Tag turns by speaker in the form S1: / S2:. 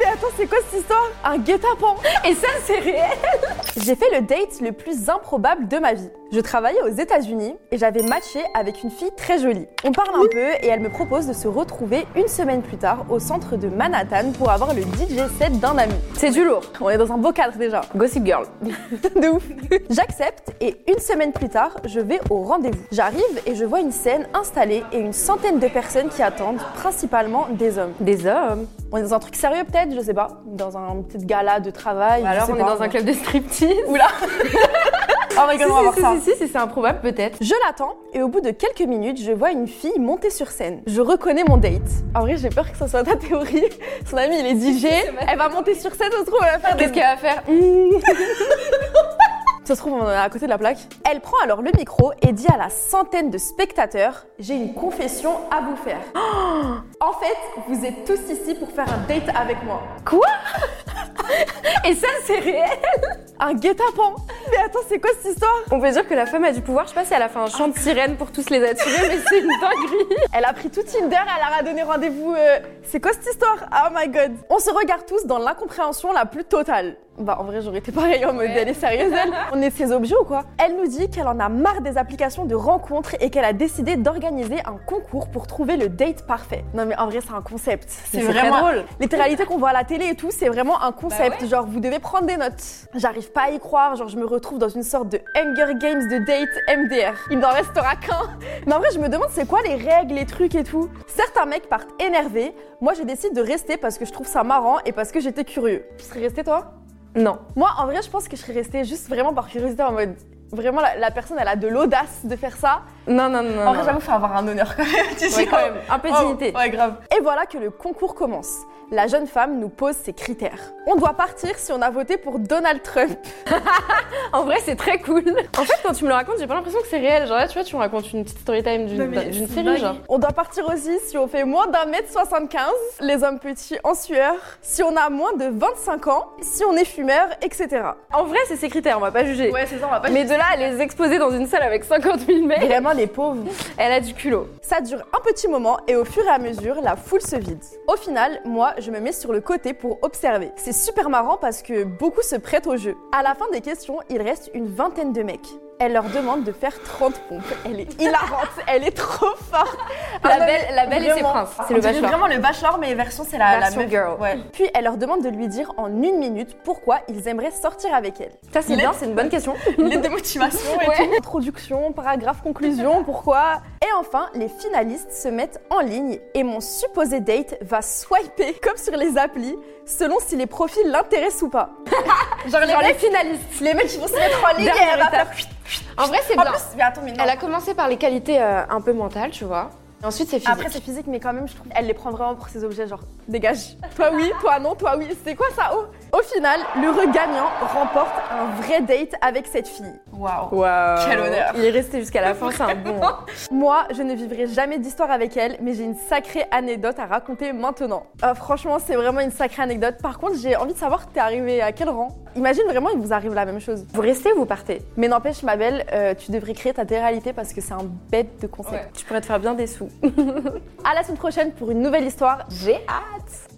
S1: attends, c'est quoi cette histoire Un guet-apens Et ça, c'est réel J'ai fait le date le plus improbable de ma vie. Je travaillais aux États-Unis et j'avais matché avec une fille très jolie. On parle un peu et elle me propose de se retrouver une semaine plus tard au centre de Manhattan pour avoir le DJ set d'un ami. C'est du lourd, on est dans un beau cadre déjà. Gossip Girl. de ouf. J'accepte et une semaine plus tard, je vais au rendez-vous. J'arrive et je vois une scène installée et une centaine de personnes qui attendent, principalement des hommes.
S2: Des hommes
S1: On est dans un truc sérieux peut-être, je sais pas, dans un petite gala de travail. je
S2: Bah, Alors,
S1: sais
S2: on est
S1: pas.
S2: dans un club de striptease
S1: Oula Oh my
S2: Si,
S1: god, on va voir
S2: si,
S1: ça.
S2: si, si, si, c'est improbable peut-être.
S1: Je l'attends et au bout de quelques minutes, je vois une fille monter sur scène. Je reconnais mon date. En vrai, j'ai peur que ça soit ta théorie. Son ami, il est DJ. Elle va monter sur scène, ça se trouve, elle va faire des...
S2: Qu'est-ce qu'elle va faire
S1: Ça se trouve, on est à côté de la plaque. Elle prend alors le micro et dit à la centaine de spectateurs J'ai une confession à vous faire. en fait, vous êtes tous ici pour faire un date avec moi. Quoi
S2: Et ça, c'est réel
S1: Un guet-apens Mais attends, c'est quoi cette histoire
S2: On peut dire que la femme a du pouvoir, je sais pas si elle a fait un chant de sirène pour tous les attirer, mais c'est une dinguerie
S1: Elle a pris tout Tinder, elle leur a donné rendez-vous. euh, C'est quoi cette histoire Oh my god. On se regarde tous dans l'incompréhension la plus totale. Bah en vrai j'aurais été pareil en mode elle est sérieuse elle. On est ses objets ou quoi Elle nous dit qu'elle en a marre des applications de rencontres et qu'elle a décidé d'organiser un concours pour trouver le date parfait. Non mais en vrai c'est un concept. C'est
S2: très
S1: vraiment
S2: drôle.
S1: Les réalités qu'on voit à la télé et tout c'est vraiment un
S2: Bah
S1: concept. Genre vous devez prendre des notes. J'arrive pas à y croire. Genre je me retrouve dans une sorte de Hunger Games de date MDR. Il n'en restera qu'un. Mais en vrai, je me demande c'est quoi les règles, les trucs et tout. Certains mecs partent énervés. Moi, je décide de rester parce que je trouve ça marrant et parce que j'étais curieux. Tu serais resté toi
S2: Non.
S1: Moi, en vrai, je pense que je serais resté juste vraiment par curiosité en mode. Vraiment, la, la personne, elle a de l'audace de faire ça.
S2: Non, non, non.
S1: en vrai,
S2: non.
S1: j'avoue, faut avoir un honneur quand même. Tu sais,
S2: Ouais, quand même, Oh, un peu de
S3: Oh,
S2: dignité.
S1: ouais, grave. Et voilà que le concours commence. La jeune femme nous pose ses critères. On doit partir si on a voté pour Donald Trump.
S2: En vrai, c'est très cool. En fait, quand tu me le racontes, j'ai pas l'impression que c'est réel. Genre là, tu vois, tu me racontes une petite story time
S3: Non,
S1: Bah,
S2: d'une
S3: mais
S2: d'une
S3: c'est
S2: série,
S3: dingue.
S2: genre.
S1: On doit partir aussi si on fait moins d'un mètre 75, les hommes petits en sueur, si on a moins de 25 ans, si on est fumeur, etc.
S2: En vrai, c'est ses critères, on va pas juger.
S3: Ouais, c'est ça, on va pas
S2: Mais de là, à les exposer dans une salle avec 50 000 mecs,
S1: Vraiment les pauvres.
S2: elle a du culot.
S1: Ça dure un petit moment et au fur et à mesure, la foule se vide. Au final, moi, je me mets sur le côté pour observer. C'est super marrant parce que beaucoup se prêtent au jeu. À la fin des questions, il reste une vingtaine de mecs. Elle leur demande de faire 30 pompes. Elle est hilarante, elle est trop forte.
S2: La
S1: Ah non,
S2: belle, la belle et ses
S1: vraiment.
S2: princes, c'est le
S3: On dirait
S2: bachelor.
S3: vraiment le bachelor, mais version, c'est la, la
S2: Version
S3: meuf.
S2: girl.
S3: Ouais.
S1: Puis elle leur demande de lui dire en une minute pourquoi ils aimeraient sortir avec elle.
S2: Ça, c'est
S3: Les-
S2: bien, c'est une bonne question.
S3: Lettre de motivation et
S2: Ouais.
S3: tout.
S1: Introduction, paragraphe, conclusion, pourquoi Et enfin, les finalistes se mettent en ligne et mon supposé date va swiper comme sur les applis selon si les profils l'intéressent ou pas.
S3: Genre, les,
S2: Genre les
S3: mecs,
S2: finalistes.
S3: les mecs, ils vont se mettre en ligne et
S2: Dernière
S3: elle va
S2: étape.
S3: faire.
S2: En vrai, c'est
S3: En
S2: bien.
S3: plus, mais attends, mais non.
S2: Elle a commencé par les qualités euh, un peu mentales, tu vois. Et ensuite, c'est physique.
S1: Après, c'est physique, mais quand même, je trouve. Elle les prend vraiment pour ses objets, genre, dégage. Toi oui, toi non, toi oui. C'est quoi ça oh Au final, l'heureux gagnant remporte un vrai date avec cette fille.
S3: Waouh.
S2: Waouh.
S3: Quel honneur.
S2: Il est resté jusqu'à la fin, c'est un bon.
S1: Moi, je ne vivrai jamais d'histoire avec elle, mais j'ai une sacrée anecdote à raconter maintenant. Euh, franchement, c'est vraiment une sacrée anecdote. Par contre, j'ai envie de savoir, t'es arrivé à quel rang Imagine vraiment, il vous arrive la même chose.
S2: Vous restez ou vous partez
S1: Mais n'empêche, ma belle, euh, tu devrais créer ta réalité parce que c'est un bête de concept.
S2: Tu pourrais te faire bien des sous.
S1: À la semaine prochaine pour une nouvelle histoire.
S2: J'ai hâte